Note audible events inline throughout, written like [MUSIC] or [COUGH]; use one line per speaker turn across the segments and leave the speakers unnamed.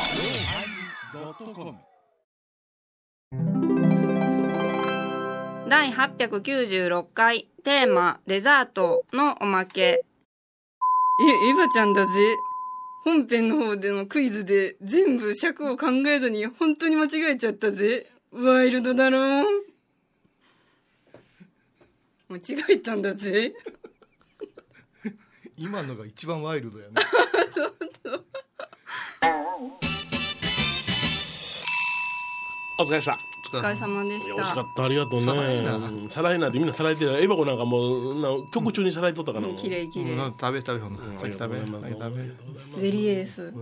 yosmir
第896回テーマデザートのおまけ。え、エヴァちゃんだぜ。本編の方でのクイズで全部尺を考えずに本当に間違えちゃったぜ。ワイルドだろ間違えたんだぜ。
今のが一番ワイルドやね
お疲れでした。
お
お疲れ様で
い
し
や、惜しか
た。
った。ありがとう
さらいな
ね。さらいなってみんなさらいてた。エバコなんかもう、な曲中にさらいとったからもう。
綺麗綺
うん
麗。
食べ食べほんなら
あ
先
りがと
食
うご
べ
ざいます
先食べ
ゼリーエース。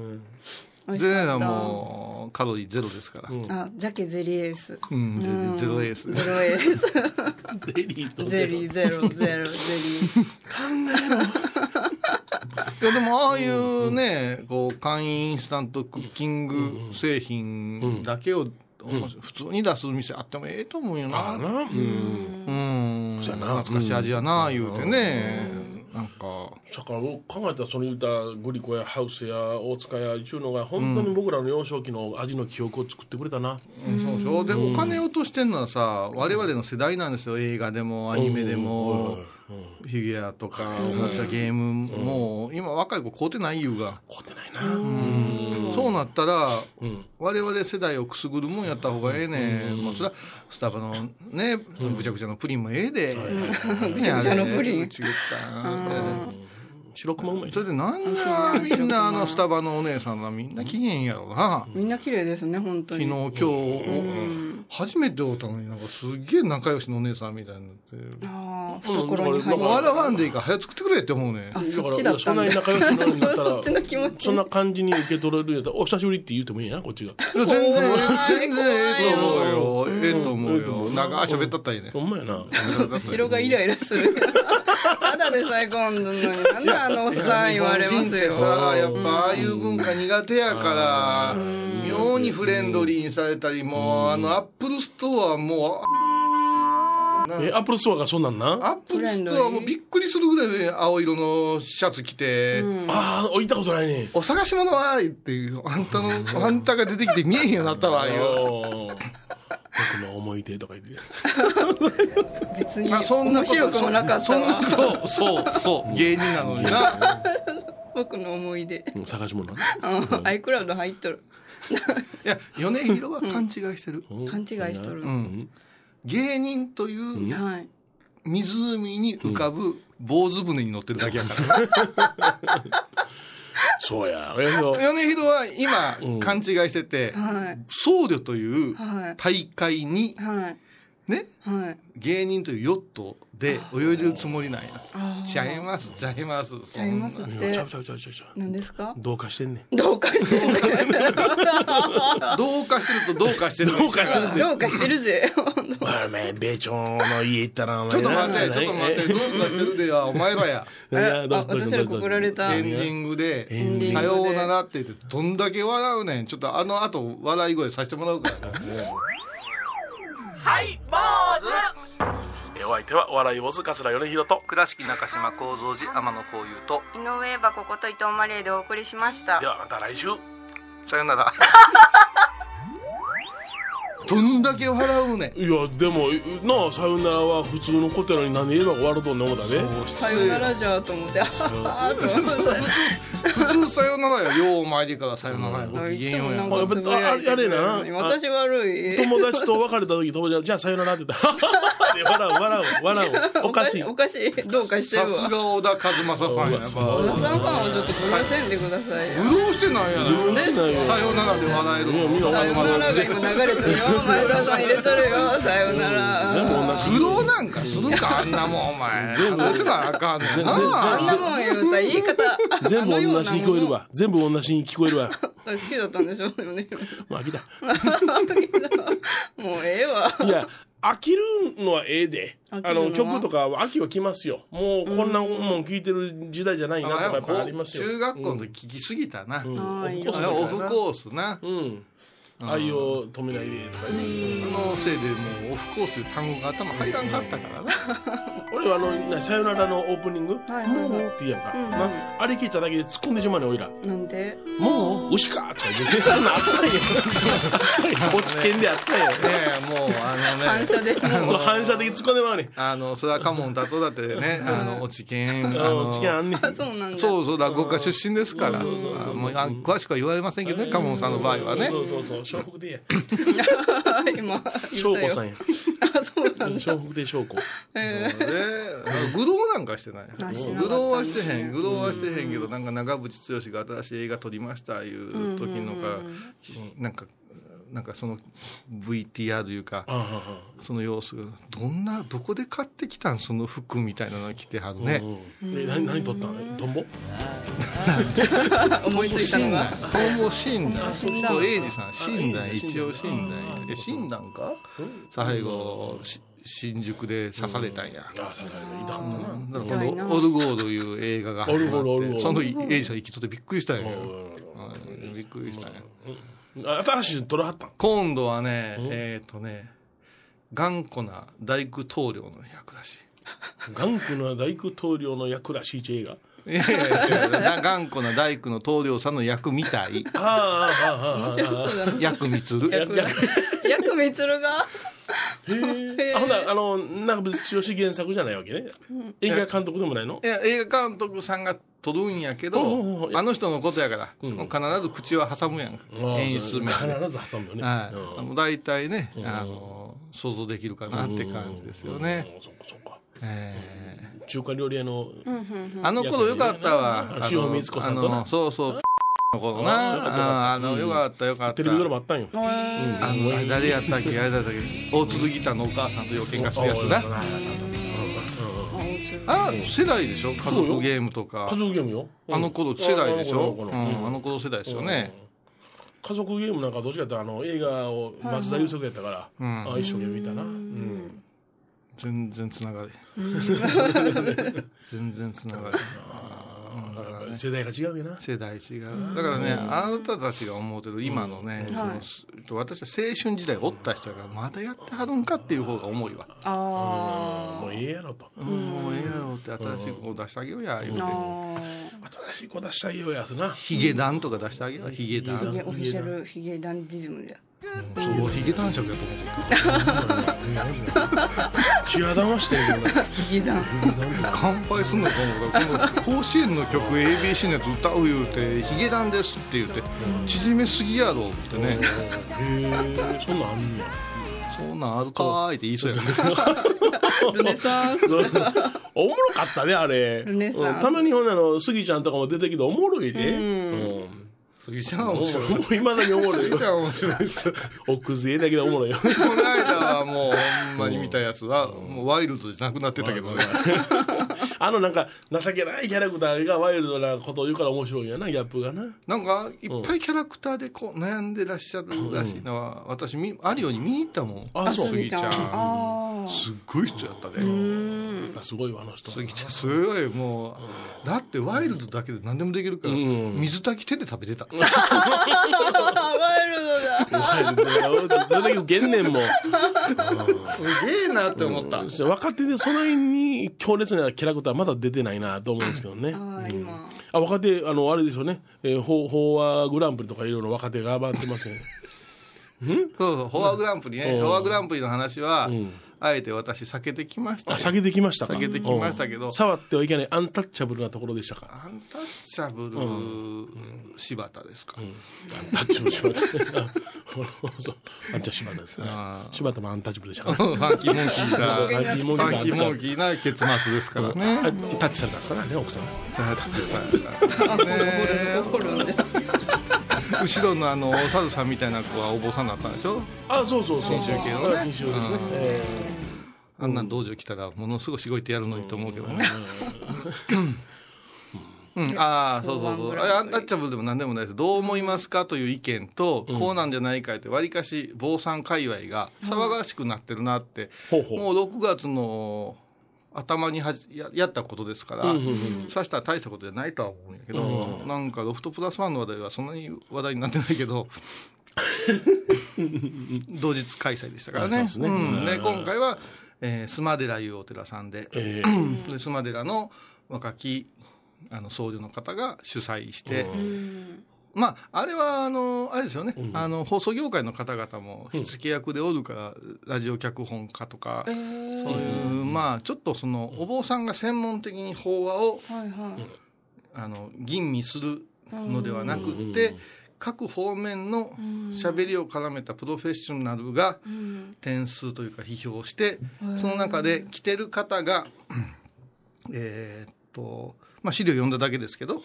美味
ゼ
し
リー
か
は
った。
もうカロリーゼロですからう
あ、ジャケゼリーエース。
ん
うん
ゼロエース
ゼロエース。
ゼリーと
ゼリーゼロゼロゼリー。
いやでもああいうねこう簡易インスタントクッキング製品だけを普通に出す店あってもええと思うよな
あな。うん。
うん
じゃあな
懐かしい味やな言うてねなんか
だから僕考えたらその言ったグリコやハウスや大塚やいうのが本当に僕らの幼少期の味の記憶を作ってくれたな。
そうでしょでお金落としてんのはさ我々の世代なんですよ映画でもアニメでもフィギュアとかおもちゃゲームも今若い子買うてない言うが
凝ってないな。
そうなったら
ん
我々世代をくすぐるもんやった方がええねんもうそれはスタバのねぐちゃぐちゃのプリンもええでぐ
ちゃぐちゃのプリン
ぐちゃぐちゃ
白熊うまいな。
それでなんでみんなあのスタバのお姉さんがみんな機嫌やろな
みんな綺麗ですね、本当
昨
に。
日今日初めて会うたのになんかすっげえ仲良しのお姉さんみたいになって
ああ、懐に入
うん
る。
だか
笑わんでいいから早作ってくれって思うね
あ、
だ
そ
か
っ
ら
ちだったんだ。
そんなに仲良くなるんだった
[LAUGHS]
ら
そっちの気持ち。
そんな感じに受け取れるやったら、お久しぶりって言うてもいいな、こっちが。
いや全然
怖い
全然ええと思うよええと思うよ長喋ったったらいいね
ほんまやな。
後ろがイライラする。ただでさえ混んどんのに、なんであのおっさん言われます
日本人ってさ
よ。
やっぱああいう文化苦手やから妙にフレンドリーにされたりもうあのアップルストアも
え、アップルストアがそんなんな。
アップルストアもびっくりするぐらいね青色のシャツ着て、
ああ、置いたことないね。
お探し物はーいっていうあんた [LAUGHS] のあんたが出てきて見えへんようになったわ
[LAUGHS]
よ
よ。僕の思い出とか言って。
別
[LAUGHS]
に。
あそんな
面
こと
白くもなかったわ。
そんなそうそうそう芸人なのにな
僕の思い出。
うん探し物な。
あー iCloud 入っとる。
いや米広は勘違いしてる、
勘違いしとる。
芸人という
はい。
湖に浮かぶ坊主船に乗ってるだけやから、
[LAUGHS] そうや。いやいや
[LAUGHS] 米広は今、勘違いしてて、
はい。
僧侶という
はい
大会に
はい。
ね
はい。
芸人というヨットで泳いでるつもりなんや
あ
ちゃいますちゃいますち
ちゃいますっ
いやちゃ
て
う。ちゃうちゃうちゃうちゃう。
何ですか
どうかしてんねん。
どうかしてるぜ。
どうかしてるとどうかしてる
どうかしてるぜ。
どうかしてるぜ。
お前、米朝の家行ったら、お前
ちょっと待ってちょっと待ってどうかしてるではお前らや
て。いや、どうし
あ私ら告られた
エンディングで
エンディングで
「さようなら」って言ってどんだけ笑うねんちょっとあのあと笑い声させてもらうからね
お相手は、笑い坊主、桂米広と。
倉敷中島幸三寺天野幸雄と
井上はここと伊藤マレーでお送りしました
で。は、また来週。
さよならどんだけ笑うねん
いや、でも、なあ、さよならは普通のことやのに、なんでエヴァが終わるとんねん思ったね。
さよならじゃと思って、ああと思って。
普通さよならよようお参りからさよならよご
あ
き
い
げ
つ
んよ
も
う
な
や
ん
も
かつぶやいてくれるのに
あああれな
私悪い。 [LAUGHS]
友達と別れた時、友達、じゃあさよならって言ったら、 [LAUGHS] 笑う、笑う、笑
[LAUGHS]
う。おかしい。
おかしい。どうかしてる
さす
わ。
が小田和正ファンや
小
っ
田さんファンはちょっとご了せんでくださいよ
ぱ。ぶどうしてないや
自分
な
でないよ
さよならで笑える
いやみん
の
な
さ
お前
よ
の
なら
前
が
で
今流れてるよ。前田さん入れとるよ。さよな
全部
ら。
同じ
ぶどうなんかするかあんなもんお前
全部
話せなあかんねん
全
な
あんなもん言うたら言い方。
全
あ
部
のよう
同
な
じに聞こえるわ。全部同じに聞こえる [LAUGHS] わ。
もん。好きだったんでしょうね。
もう飽きた。
もうええわ。
いや、飽きるのはええで。
飽き
あ
るのは
の、曲とかは秋は来ますよ。もうこんなもん聴いてる時代じゃないなとかやっぱありますよ。
中学校の時聞きすぎたな、
うん
ああいい
オフコ
あれ
ースだ
オ
から
フ
な
コースな、
うん。愛を止めないでとか言って
のせいでもうオフコースいう単語が頭入らんかったからね、
[LAUGHS] 俺はあのな「さよなら」のオープニング「もう」
はいはいはい
って言うやんか、
うん
なあれ聞いただけで突っ込んでしまうねおいら
なんで
「もう牛か」とか言ってそんなんあったんよ高知県であったんよ
ねえもうあの
反
ね
射でも
そう反射的に突っ込んでまうねん
あのそれはカモン達夫だってねあの落ち研あ
あの
の
知見あんねん
あそうなんだ
そうそう落語家出身ですからあ
そうそうそうそう
もうあ詳しくは言われませんけどねカモンさんの場合はね
そうそうそう小北でや
今
翔
言
子
っ
さ
たよ
んや
あそうなんだ
小北で翔子
え
で愚道なんかしてない
あしなかったんですね
愚道はしてへん愚道はしてへんけどなんか長渕剛が新しい映画撮りましたいう時のかなんかなんかその VTR というか
あああ
その様子がどんなどこで買ってきたんその服みたいなの着てはる
あ
ね、
うんえ何何撮ったんトンボ
ー思いついたのが
トンボ診断
トンボ診断
と英二さん診
あ
断
英二さん
一応診断や診断か最後し新宿で刺されたんや、
あだからいたかった
だ
な
痛
から
い
こ
な
のオルゴールいう映画が始ま
オルゴールオル
っ
ゴール
てその時英二さん生きとってびっくりしたんや
う
うんびっくりしたんや
んあ新しいの撮らはったん
今度はねえっ、とね頑固な大工棟梁の役らし
[LAUGHS]
い
頑固な大工棟梁の役らしい映画
いやいやいやな頑固な大工の棟梁さんの役みた
[LAUGHS]
い
ああああああああ
面白そうだな
役みつる
役役みつるが
へえあほんならあの長渕剛原作じゃないわけね映画監督でもないの
いや映画監督さんが撮るんやけ
おうお
ど
うおう
あの人のことやから、もう必ず口は挟むやん、演出面で
必ず挟むよね
はい
う
あ
ん
の大体ね、あの想像できるかなって感じですよね、
うんそうかそうか
ええ
中華料理屋の
あの頃よかったわ
うん塩見子さんとな
あのそうそうの頃
あ
なああのよかったよかった
テレビドラマあったんよ
あのあれ誰やったっけあれだったっけ大鶴ギターのお母さんと余計がするやつなあ世代でしょ家族ゲームとか
家族ゲームよ
あの頃世代でしょ、
あ
う
の頃あの頃
ん、あの頃世代ですよね、
家族ゲームなんかどっちかっていうとあの映画を松田優作やったから
ん
あ一生懸命見たなうん
全然つな
[LAUGHS]
がれ全然つながれうんだからね
世代が違うよな
世代違うだからねあなたたちが思うてる今のね、そのす私は青春時代おった人がまだやってはるんかっていう方が重いわ、
あ
もうええやろと
もうええやろって新しい子を出してあげようや言うて
ーあ
新しい子出したいようやつな
ヒゲダンとか出してあげようヒゲダ
ーヒ
ン
ゲオフィシャルヒゲダンディズムじゃ
そうヒゲ男爵やと思って
血は騙してるけどね
ヒゲダン
た乾杯すんのか思うからこの甲子園の曲 ABC のやつ歌う言うてヒゲダンですって言って縮めすぎやろってね
へえそんなんあんねや
そんなんあるかーいって言いそうやね
ルネサンス
おもろかったねあれ
ルネサン
うんたまにほんなのスギちゃんとかも出てきておもろいでうん
杉ちゃんは
おも
面白い
ろいまだにおもろい
杉ちゃんは
よ
面白いです
奥杖だけどおもろいよ
[LAUGHS] この間はもうほんまに見たやつはもうワイルドじゃなくなってたけどね
あのなんか情けないキャラクターがワイルドなことを言うから面白いんやなギャップがな
なんかいっぱいキャラクターでこう悩んでらっしゃるらしいのは私みあるように見に行ったもん
あそう
杉ちゃん
あー
すっごい人やったね
やっぱすごいわあの人
杉ちゃんすごいもうだってワイルドだけで何でもできるから
うん
水炊き手で食べてた
あワイルドだ
ワイルドだそれだけ原年も
すげえなって思った
若手でそないに強烈なキャラクターまだ出てないなと思うんですけどね
あー今
あ若手あのあれですよね、えー、法法話グランプリとかいろいろ若手が回ってますよね
そうそうフォアグランプリね
うん
フォアグランプリの話は
ん
あえて私避けてきました
あ
よ
下げてきましたか
避けてきましたけど
うん触ってはいけないアンタッチャブルなところでしたか
アンタッチャブル柴田ですか、
アンタッチャブル柴田そうアンタッチャブル柴田ですね
あ
柴田もアンタッチャブルでしたから
ファンキーモンキー
そうそう
が
ファンキーモンキ
フ
ーが
ァンキーモンキーな結末ですからね
あタッチされたんですからね奥さん
ね
怒るんで
後ろのあのお猿さんみたいな子はお坊さんだったんでしょ
あそうそうそう
信州系のね
信州ですね、え
あんなん道場来たらものすごいしごいてやるのにと思うけどねうん、ああそうそうそうあれアンタッチャブルでも何でもないですどう思いますかという意見と、こうなんじゃないかってわりかし坊さん界隈が騒がしくなってるなって、
ほうほう
もう6月の頭にはじややったことですから、さしたら大したことじ
[LAUGHS]
ゃないとは思うんやけど、なんかロフトプラスワンの話題はそんなに話題になってないけど同日開催でしたからね。
あそうですね
ん
う
で
ん
今回は、えー、スマデラいうお寺さんで、
え
でスマデラの若きあの僧侶の方が主催して、
うん
まあ、あれは、あの、あれですよね、あの、放送業界の方々も、火付け役でおるか、ラジオ脚本家とか、
え
そう
ー、
いう、まあ、ちょっとその、お坊さんが専門的に法話を、
はいはい。
あの、吟味するのではなくっ
う
て
ん、
各方面の
ん
喋りを絡めたプロフェッショナルが
うん
点数というか批評して
へ、え
その中で来てる方が、 [CLEARS THROAT] えーっと、まあ、資料読んだだけですけど、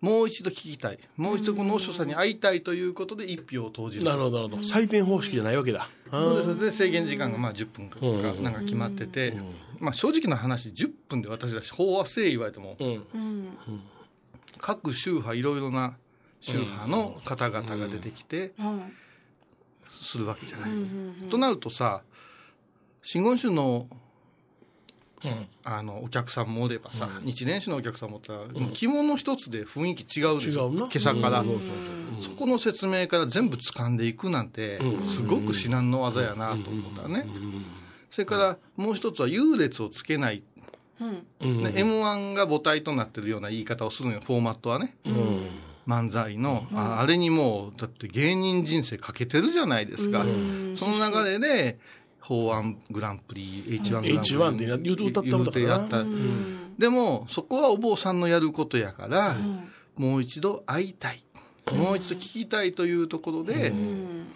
もう一度聞きたい。もう一度この和尚さんに会いたいということで一票を投じ
え
る
な。るほどなるほど採点方式じゃないわけだ
そうですで制限時間がまあ10分か
うん
なんか決まってて、まあ、正直な話10分で私らし法和制言われても
うん
うん。
各宗派いろいろな宗派の方々が出てきて
はい。
するわけじゃない。
うんうん
となるとさ真言宗の
うん
あのお客さんもおればさ、日蓮宗のお客さんもおったら、着物一つで雰囲気違うでしょ
違うな
今朝から、
うん
そこの説明から全部掴んでいくなんて、
うん
すごく至難の技やなと思ったね、それからもう一つは優劣をつけない、
うん。
うん
ね m 1が母体となってるような言い方をするのよフォーマットはね
うん
漫才の、ああれにもうだって芸人人生かけてるじゃないですか、
うん
その流れで法案グランプリ H1 グランプリ
H1 ってや言うて歌った
言
歌
う
か
て
らな
やった、
うん
でもそこはお坊さんのやることやから、
うん
もう一度会いたいもう一度聞きたいというところで
うん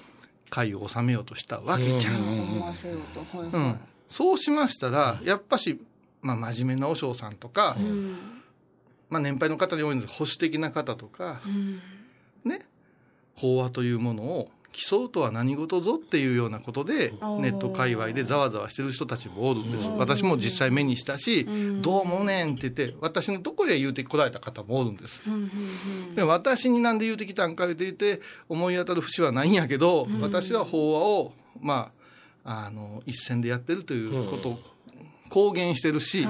会を収めようとしたわけじゃん、うん
思わせようと。はいは
そうしましたらやっぱし、まあ、真面目な和尚さんとか、
い。うん。
まあ、年配の方に多いんです保守的な方とか
うん。
ね法話というものを競うとは何事ぞっていうようなことで
あー
ネット界隈でざわざわしてる人たちもおるんです
うん
私も実際目にしたし
ん
「どうもねん」って言って私のとこへ言うてこられた方もおるんです
うんうんうん
で私になんで言うてきたんか言うていて思い当たる節はないんやけど私は法話をまああの一線でやってるということを公言してるし、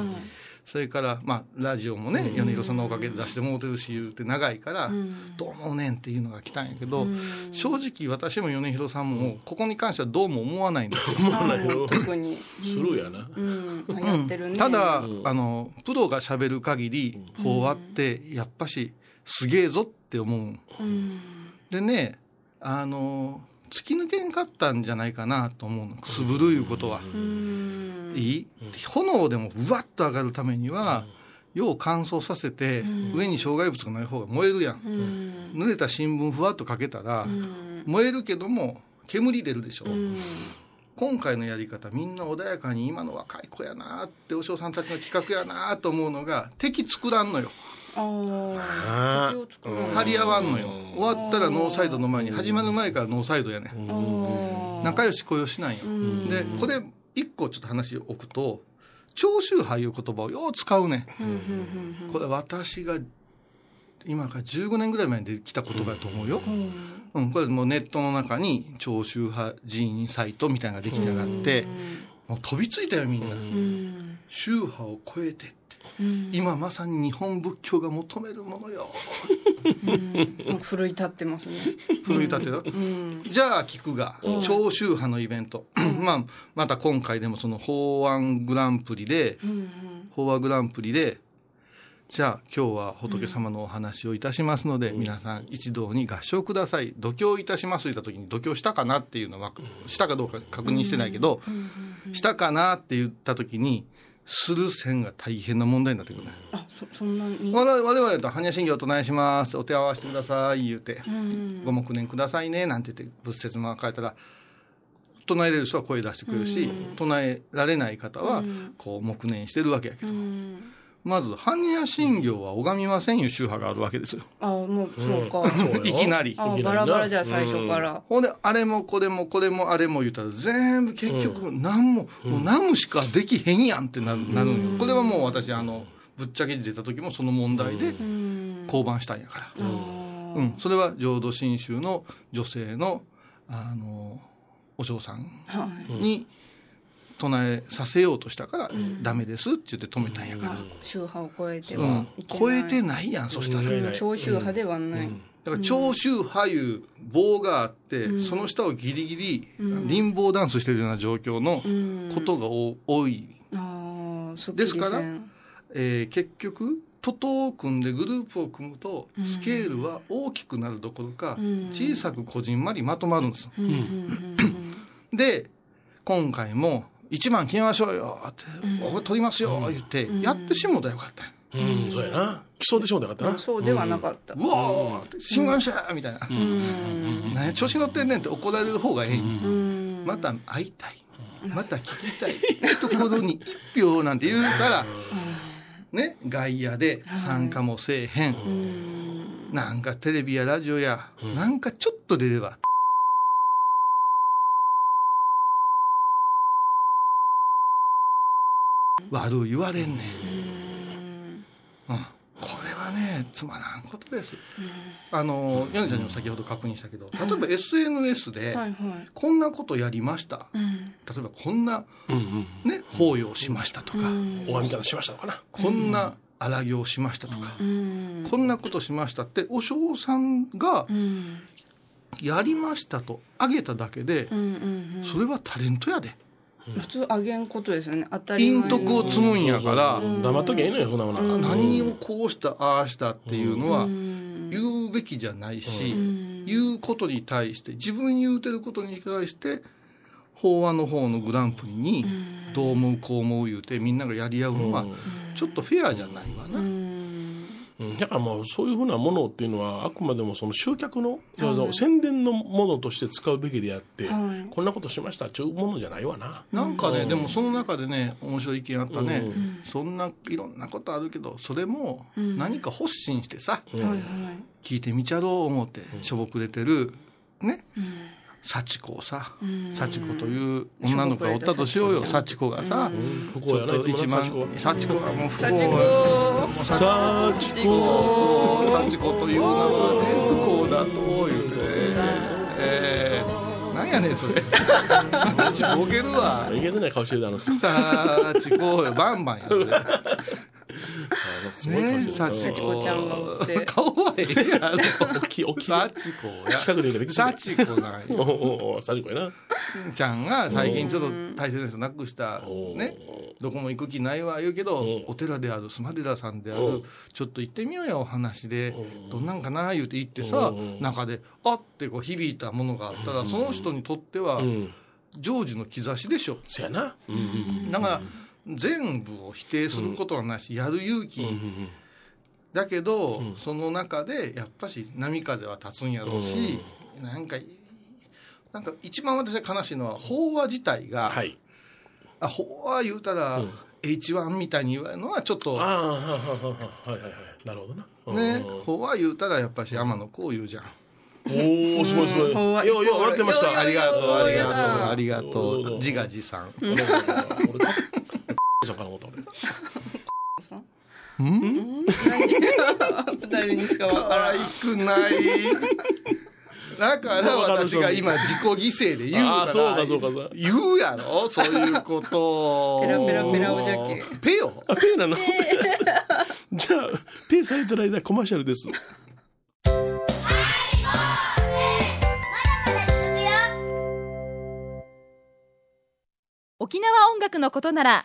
それから、まあ、ラジオもね、米広さんのおかげで出してもうてるし、言うて長いから、どうもねんっていうのが来たんやけど、正直私も米広さんも、ここに関してはどうも思わないんですよ。
あー特に。
スルーやな
うん。まあやってるね。
ただ、あの、プロが喋る限り、法話って、やっぱし、すげえぞって思う。
うん。
でね、あの、突き抜けんかったんじゃないかなと思うの。くすぶるいうことは。
うん。
いい炎でもうわっと上がるためには、よう乾燥させて、上に障害物がない方が燃えるやん。
うん。
濡れた新聞ふわっとかけたら、
うん。
燃えるけども、煙出るでしょ。
うん。
今回のやり方、みんな穏やかに今の若い子やなーって、お尚さんたちの企画やなーと思うのが、敵作らんのよ。
ああ。敵を作る。
張り合わんのよ。終わったらノーサイドの前に、始まる前からノーサイドやねん。
あ
仲良し小よしなんよ。
ん
で、これ、一個ちょっと話を置くと、長州派いう言葉をよう使うね
あ。うん。うん。
ん。これ私が、今から15年ぐらい前にできた言葉やと思うよ。うん、これもうネットの中に長州派寺院サイトみたいなのができて上がって、もう飛びついたよみんな。
うん。
宗派を超えてって。今まさに日本仏教が求めるものよ。
なんか奮い立ってますね。
奮い立てた。
うん。
じゃあ聞くが、長州派のイベント。 [CLEARS THROAT] まあ、また今回でもその法案グランプリで、
うん。
法話グランプリで、じゃあ今日は仏様のお話をいたしますので、皆さん一同に合唱ください。度胸いたしますと言った時に度胸したかなっていうのは、したかどうか確認してないけど、したかなって言った時に、する線が大変な問題になってくるね。
あ、そ、そんなに。
我々我々だと、般若心経を唱えします。お手合わせてください。言うて、ご黙念くださいね。なんて言って、仏説も書いたら、唱えれる人は声出してくれるし、唱えられない方は、こう、黙念してるわけやけど。
うん。
まず、般若心経は拝みませんよ、宗派があるわけですよ。
あ、もう、そうか。
いきなり。
あバラバラじゃ最初から。
ほんで、あれもこれもこれもあれも言うたら、全部結局、何も、もう何もしかできへんやんってなるなるんよ。これはもう私、あの、ぶっちゃけ出た時もその問題
う
で
ん。
降板したんやから。
あ
うん、それは浄土真宗の女性の、あの、お嬢さん
あ。はい。
に唱えさせようとしたから、ダメですって言って止めたんやから。
あ、宗派を超えて
うん
は。いけない
超えてないやん、そしたら。
うん
長州派ではない。
だから長州波遊棒があって、その下をギリギリ林棒ダンスしてるような状況の
ん
ことがお多い、
ああ、そ
ですからえー結局徒党を組んでグループを組むとスケールは大きくなるどころか
うん
小さくこじんまりまとまるんです。
うんうんうんうん
で今回も1番決めましょうよって
ん
「これ取りますよ」言ってやってしもうたらよかったんや
うん、そうやな。競ってしもたかった
うん
な。
そうではなかった。
うわー新聞社みたいな
う
うん
ん。
「何や調子乗ってんねん」って怒られる方がええんよ
うん。
また会いたいまた聞きたい [LAUGHS] ところに一票なんて言うからね外野で参加もせえへん
うん。
なんかテレビやラジオや
うん
なんかちょっと出れば悪う言われんねんうんこれはねつまらんことです。あのヨネちゃんにも先ほど確認したけど例えば SNS で
はいはい。
こんなことやりました
うん。
例えばこんな、
うんうん。
ね、抱擁しましたとか、
うん
おわみ方しましたのかな。
こんな荒行しましたとか
う、ん。
こんなことしましたってお嬢さんが
うん。
やりましたとあげただけで
う、んうん
それはタレントやで
うん。普通あげんことですよね。当たり
陰
前の。
徳を積むんやから、
うん黙っとけばいいのよ、そんなものは。
何をこうしたああしたっていうのは
うん
言うべきじゃないし、
うん
言うことに対して自分言うてることに対して法案の方のグランプリにどう思うこう思う言うてみんながやり合うのはちょっとフェアじゃないわな。
うん。
うんだからもうそういうふうなものっていうのはあくまでもその集客の、宣伝のものとして使うべきであって、
はい
こんなことしましたっていうものじゃないわな。
なんかね、でもその中でね面白い意見あったね、
う
そんないろんなことあるけどそれも
うん
何か発信してさ、
はいはい。
聞いてみちゃろう思ってしょぼくれてるね
うん。
幸子をさ
うん
幸子という女の子がおったとしよう
しょ
よ
ぼ
幸子がさ、
不
ち
幸
ょ
や
っ
な、い
と
つも
一
な、
番
幸子は。
幸子がもう不幸
幸子
幸子
幸子という名はね不幸だというてねえー、なんやねんそれ話ボケるわ
いけてない顔してるだろう。
幸子バンバンやそれ
すごい顔
ね
し
え、
て
幸
る。
幸子ちゃんがおって
顔はええやろ。
大きい、大きい。
幸子や。
近くで見たらびっくりす
幸
る
子なん
お
よ
うおうおう幸子やな。
ちゃんが最近ちょっと大切な人亡くした
お、う
ね。どこも行く気ないわ言うけど
うん、
お寺である、スマデラさんであ
う
る
ん、
ちょっと行ってみようやお話で、どんなんかな言うて行ってさ
う、ん
中で、あってこう響いたものがあったら、その人にとっては
う、ん。
常時の兆しでしょ。
そやな。うんうん
だから、全部を否定することはないし、やる勇気
うんうん
だけど、その中でやっぱし波風は立つんやろうし、なんかなんか一番私が悲しいのは法話自体が、
はい。
あ法話言うたら、H1 みたいに言われるのはちょっ
あ
と
あ、はははははいはいはい。なるほどな。
ね
うん
法話言うたらやっぱし天野こう言うじゃん。
おお、すごいすごい。
うん
ようよう笑ってまし
よ
た。
ありがとうありがとうありが
ど
と
うぞ
う自画自賛。
俺俺俺さんかな思った俺。
二人にしかわからん。
可愛くない。だから私が今自己犠牲で言う
あ
か
あ
ら。
そうかそうかそう。
言うやろそういうことを
ペラペラペラおじゃけ
ペよ
あペイなの。ペイじゃあペイされてる間コマーシャルです。
沖縄音楽のことなら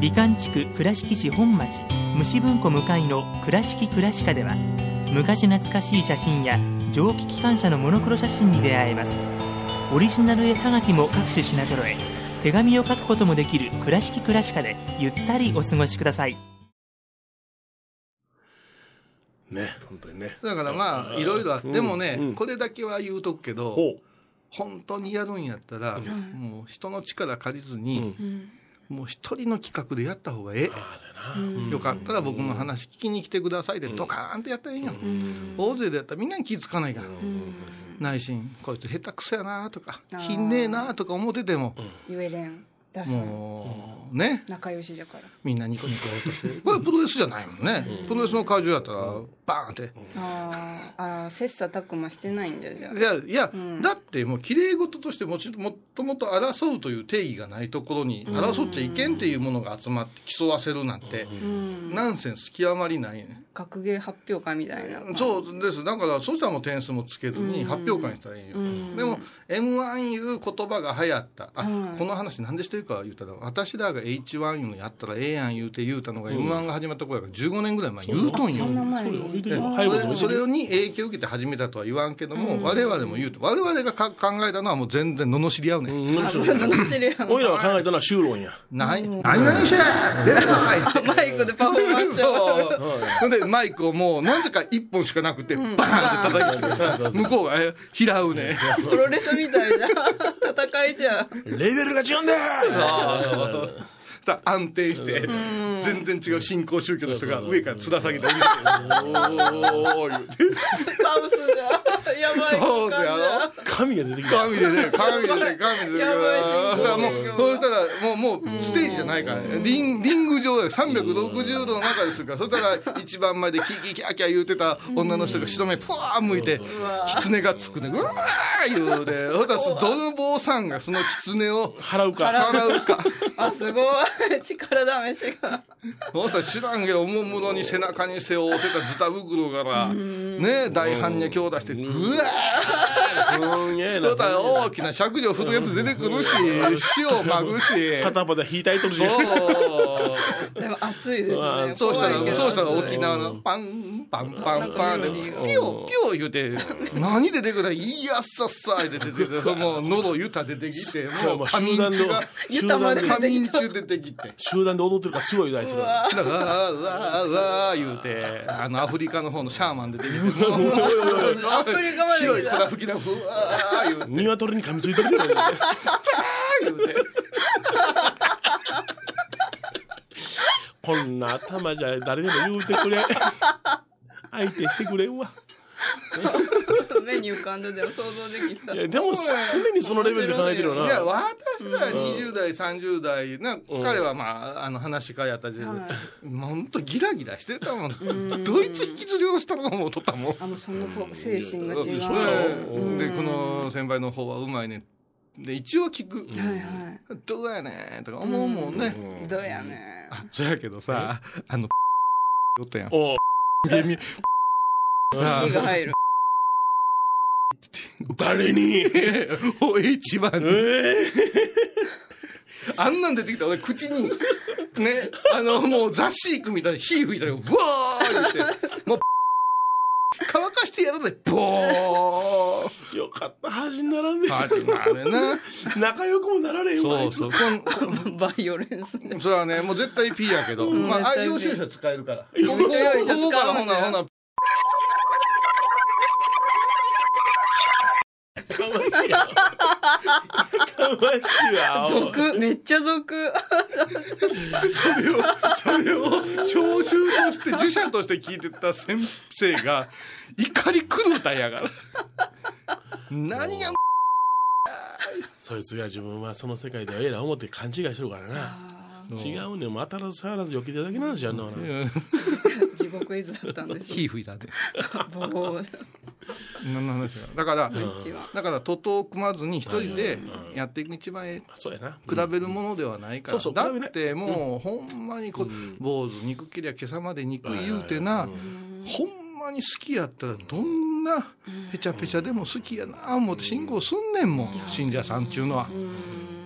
美観地区倉敷市本町虫文庫向かいの「倉敷倉歯科」では昔懐かしい写真や蒸気機関車のモノクロ写真に出会えますオリジナル絵はがきも各種品揃え手紙を書くこともできる「倉敷倉歯科」でゆったりお過ごしください
ね本当にね。
だからまあいろいろあってもね、これだけは言うとくけど
ほう。
本当にやるんやったら、もう人の力借りずに、
うん
もう一人の企画でやった方がえ
ああ
う
だよな。
え、
ん
よかったら僕の話聞きに来てくださいでドカーンってやったらいいんや、大勢でやったらみんなに気づかないから、
うん
内心こいつ下手くそやなとか
あー
ひんねえなとか思ってても
言えれん。だそう。
もうね
仲良しじゃから。
みんなニコニコとしてこれプロレスじゃないもんねプロレスの会場やったらバーンって
あーあー、切磋琢磨してないんじゃ、じゃあ
いやいや、だってもう綺麗事としてもちもっともっと争うという定義がないところに争っちゃいけんっていうものが集まって競わせるなんて、ナンセンス極まりないね、
学芸発表会みたいな。
そうですだからそしたらもう点数もつけずに発表会にしたらいいよ、でも m 1いう言葉が流行ったあ、この話なんでしてるか言ったら私らが H1 いうのやったらええやん言うて言うたのが m 1が始まった頃やから15年ぐらい前に言うとんよ、
そんな前に。
言うて
え
るよ
え
背後
そ
と
れ
一
そ
緒
れに
に
影響を受けて始めたとは言わんけども、我々も言うと我々がか考えたのはもう全然罵り合うね、
うん
あ、知るやん。
おいらが考えたのは修論や。
ない何々しや出ないって
マイクで
[LAUGHS]
パフォーマンスを。
そう。ほんで、マイクをもう、なぜか一本しかなくて、バーンって叩きつけて、向こうが、え拾うね。
プロレスみたいじゃん。戦いじゃん。
レベルが違うんだ
さあ安定して、全然違う新興宗教の人が上からつら下げて、おー、言うて。
カオスじゃん。やばい。
そうすやろ
神が出て
[LAUGHS]
きた。
神でね、神でね、神でね。
やばい
そしたらもう、そうしたら、もう、もう、ステージじゃないからね。リン、リング上で360度の中ですから、そしたら、一番前でキーキーキャーキャー言うてた女の人が人目、ぽわー向いて、狐がつくね。うわー言うで、そしたら、泥棒さんがその狐を
払うか。
払うか。
あ、すごい。力試しが。
そうしたら知らんけど、おもむろに背中に背負うてたズタ袋から、ね、大般若経出して、うわー
すんげえ
そ
な
う。だ大きな尺女振るやつ出てくるし、塩まぐし。
パタパタ引いたいとるじ
そ
ゃん。
う。
でも熱いですね。
[LAUGHS] そうしたら、
怖いけど
そうしたら沖縄のパン、パン、パン、パンで、ピヨ、ピヨ言うて、何で出てくるいやっさっさーって出てきて、もう喉ゆた出てきて、もう仮
集
眠
団の
中が、、
集団で、
仮眠中出てきて。
集団で踊ってるから強い大事だ。
だから、わーわーわー言うて、あの、アフリカの方のシャーマンで出てきて、白い粉吹きな、ふわー言うて。
鶏に噛みついてるじゃない
言うて
こんな頭じゃ誰でも言うてくれ。相手してくれんわ。
目に浮かんででも想像できた
い。や、でも常にそのレベルで考えてるよ
いや、
な。
私ら20代、30代、な彼はまあ、あの、話し会やった時点で、もうほんとギラギラしてたもん。ドイツ引きずりをしたのもとったもん。
あ、もうその子精神が
そう
違う。
で、この先輩の方はうまいね。で、一応聞く。
はいは
どうやねんとか思うもんね。
い。どうやね
あ、そやけどさ、あの、 [LAUGHS] おったやん。
おう
芸人さ
ん。火が入る。
誰にえ
[LAUGHS] おい一番
え
[LAUGHS] あんなん出てきたら俺口に、ね、あの、もう雑誌行くみたいに火吹いたら、うわー言って、もう、乾かしてやるぜ、ボー
よかった、恥にならんね。
始まるな。
仲良くもなられへんわ、あいつ。
う。こん
バイオレンスで。
それはね、もう絶対 P やけど、まあ、
絶対 P
愛用収者使えるから。こ
用
こ
収集車使う
こ
んだよ
からほなほな、
かわしいわ。かわしいわ。おい
俗。めっちゃ俗。
それを、それを、聴衆として、受者として聞いてた先生が、怒り狂うたんやから。何が、
そいつが自分はその世界ではええら思って勘違いしてるからな。違うねん、もう当たらず触らず避けてるだけなんじゃんの。
地獄絵図だったんです。
火吹いたで。
ボー
何の話だだから、
一番。
だから徒党を組まずに一人でやっていく一番ええ
そうやな。
比べるものではないから、
そうそう
だ
比べない
ってもうほんまにこう、坊主肉切りゃ今朝まで肉言うてな、ほんまに好きやったらどんなペチャペチャでも好きやな思って信仰すんねんもん、信者さんちゅうのは、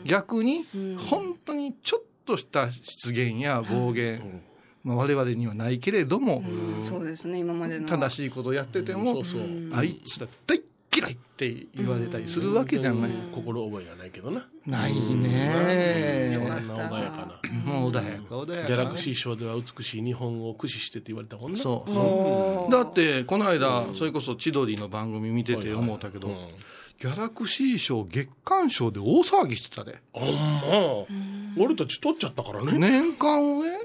逆に本当にちょっとした失言や暴言、まあ、我々にはないけれども、
そうですね、今までの。
正しいことをやってても、
そうそう。
あいつら大っ嫌いって言われたりするわけじゃない。
心覚えがないけどな。
ないね
こんな穏やか
もう穏やか穏や
な。
か。
ギャラクシー賞では美しい日本を駆使してって言われたもんな。
そうそう。だって、この間、それこそ千鳥の番組見てて思ったけど、
うん。
ギャラクシー賞月間賞で大騒ぎしてたで。
あんま。俺たち取っちゃったからね。
年間をね、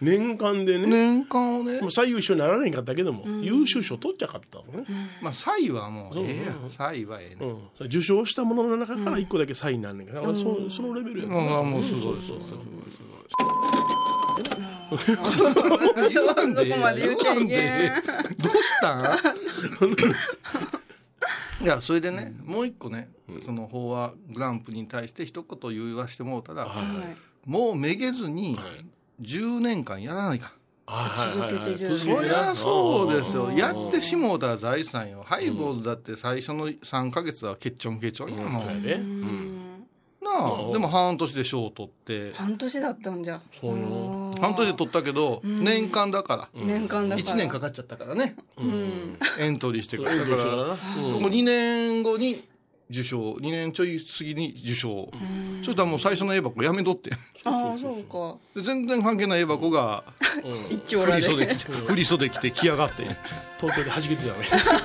年間でね。
年間をね
もう、最優秀になられへんかったけども、優秀賞取っちゃかったのね。
まあ、サイはもう、
そう
ええや
うん
ん。サイはええ
う
ね。
ん。受賞したものの中から一個だけサインなんねんけど、うそそのレベルや
まあまあ、もうす
そう
ごい、すごい、すごい。言わんでええ
どこまで言うてんけん
言わんでえ
[LAUGHS]
えどうしたんいや、それでね、もう一個ね、その法話グランプリに対して一言言わしてもうたら、
はい
もうめげずに
はい
10年間やらないかん。
はいはいはい
続けて
続
そ
けて
りゃそうです
あ
よ。
ー
やってしもうたら財産よ。ハイボーズだって最初の3ヶ月はケッチョンケチョンやもん。
うん
な
う
ねうん
ん。
あ、でも半年で賞を取って、
半年だったんじゃ。
そうよ
あー
半年で取ったけど、
ん
年間だから。
年間だから。
1年かかっちゃったからね。
うん。
エントリーして
そ
く
う
れ
い
た
う
か
こと
ら。
だ
も
な
う2年後に受賞。2年ちょい過ぎに受賞。そしたらもう最初の絵箱やめとって。
ああ、そうか。
で全然関係ない絵箱が、
うん
一応
振
ら
り袖
で
着。て、振り袖着て来やがって。
東京で弾けてたね。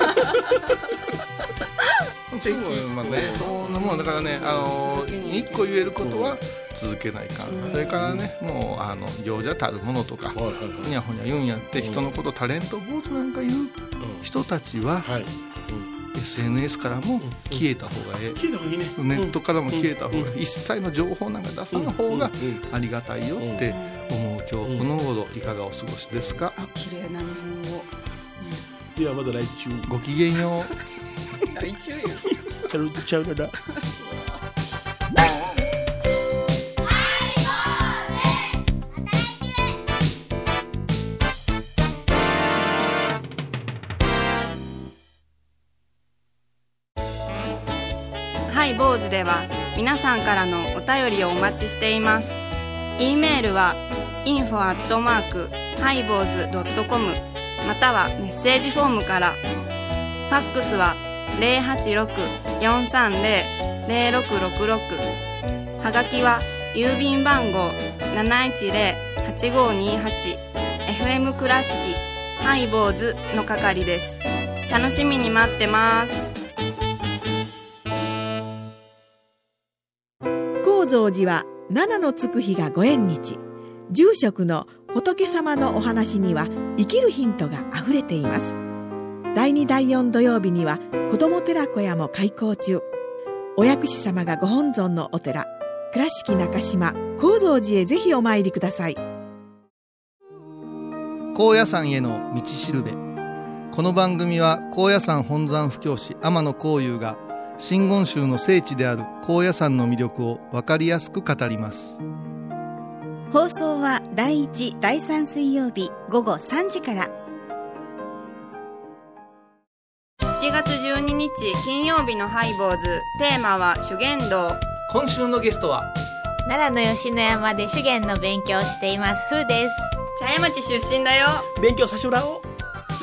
そうまあね、そんなもんだからね、あの一個言えることは続けないかん、それからね、もうあの行者たるものとか、
はいはいはい
ふにゃふにゃ言うんやって、人のことタレント坊主なんか言う
うん
人たちは、
はい。
SNS からも消えた方がえ
聞いた方がいいね。
え、ネットからも消えた方
うん
が一切の情報なんか出さない方が
Mm,
ありがたいよって思う今日この頃いかがお過ごしですか。
あ、綺麗な日本語。
ではまた来週。
ごきげんよう。
来週よ。
チャルチャウララ。
ハイボーズでは皆さんからのお便りをお待ちしています。e メールは info アットマークハイボーズドットコムまたはメッセージフォームから。ファックスは086-430-0666はがきは郵便番号710-8528 FM 倉敷ハイボーズの係です。楽しみに待ってます。
高蔵寺は七のつく日がご縁日住職の仏様のお話には生きるヒントがあふれています第2第4土曜日には子ども寺小屋も開校中お薬師様がご本尊のお寺倉敷中島・高蔵寺へぜひお参りください
高野山への道しるべこの番組は高野山本山布教師天野幸雄が真言宗の聖地である高野山の魅力を分かりやすく語ります
放送は第1、第3水曜日午後3時から。
7月12日金曜日のハイボーズテーマは修験道
今週のゲストは
奈良の吉野山で資源の勉強をしていますふうです
茶屋町出身だよ
勉強させてもらおう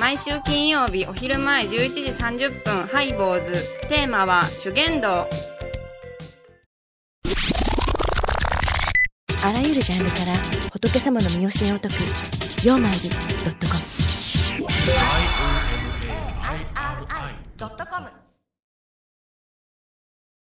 毎週金曜日お昼前11時30分ハイボーズテーマは修験道
あらゆるジャンルから仏様の身教えを解く「曜マイルドットコム」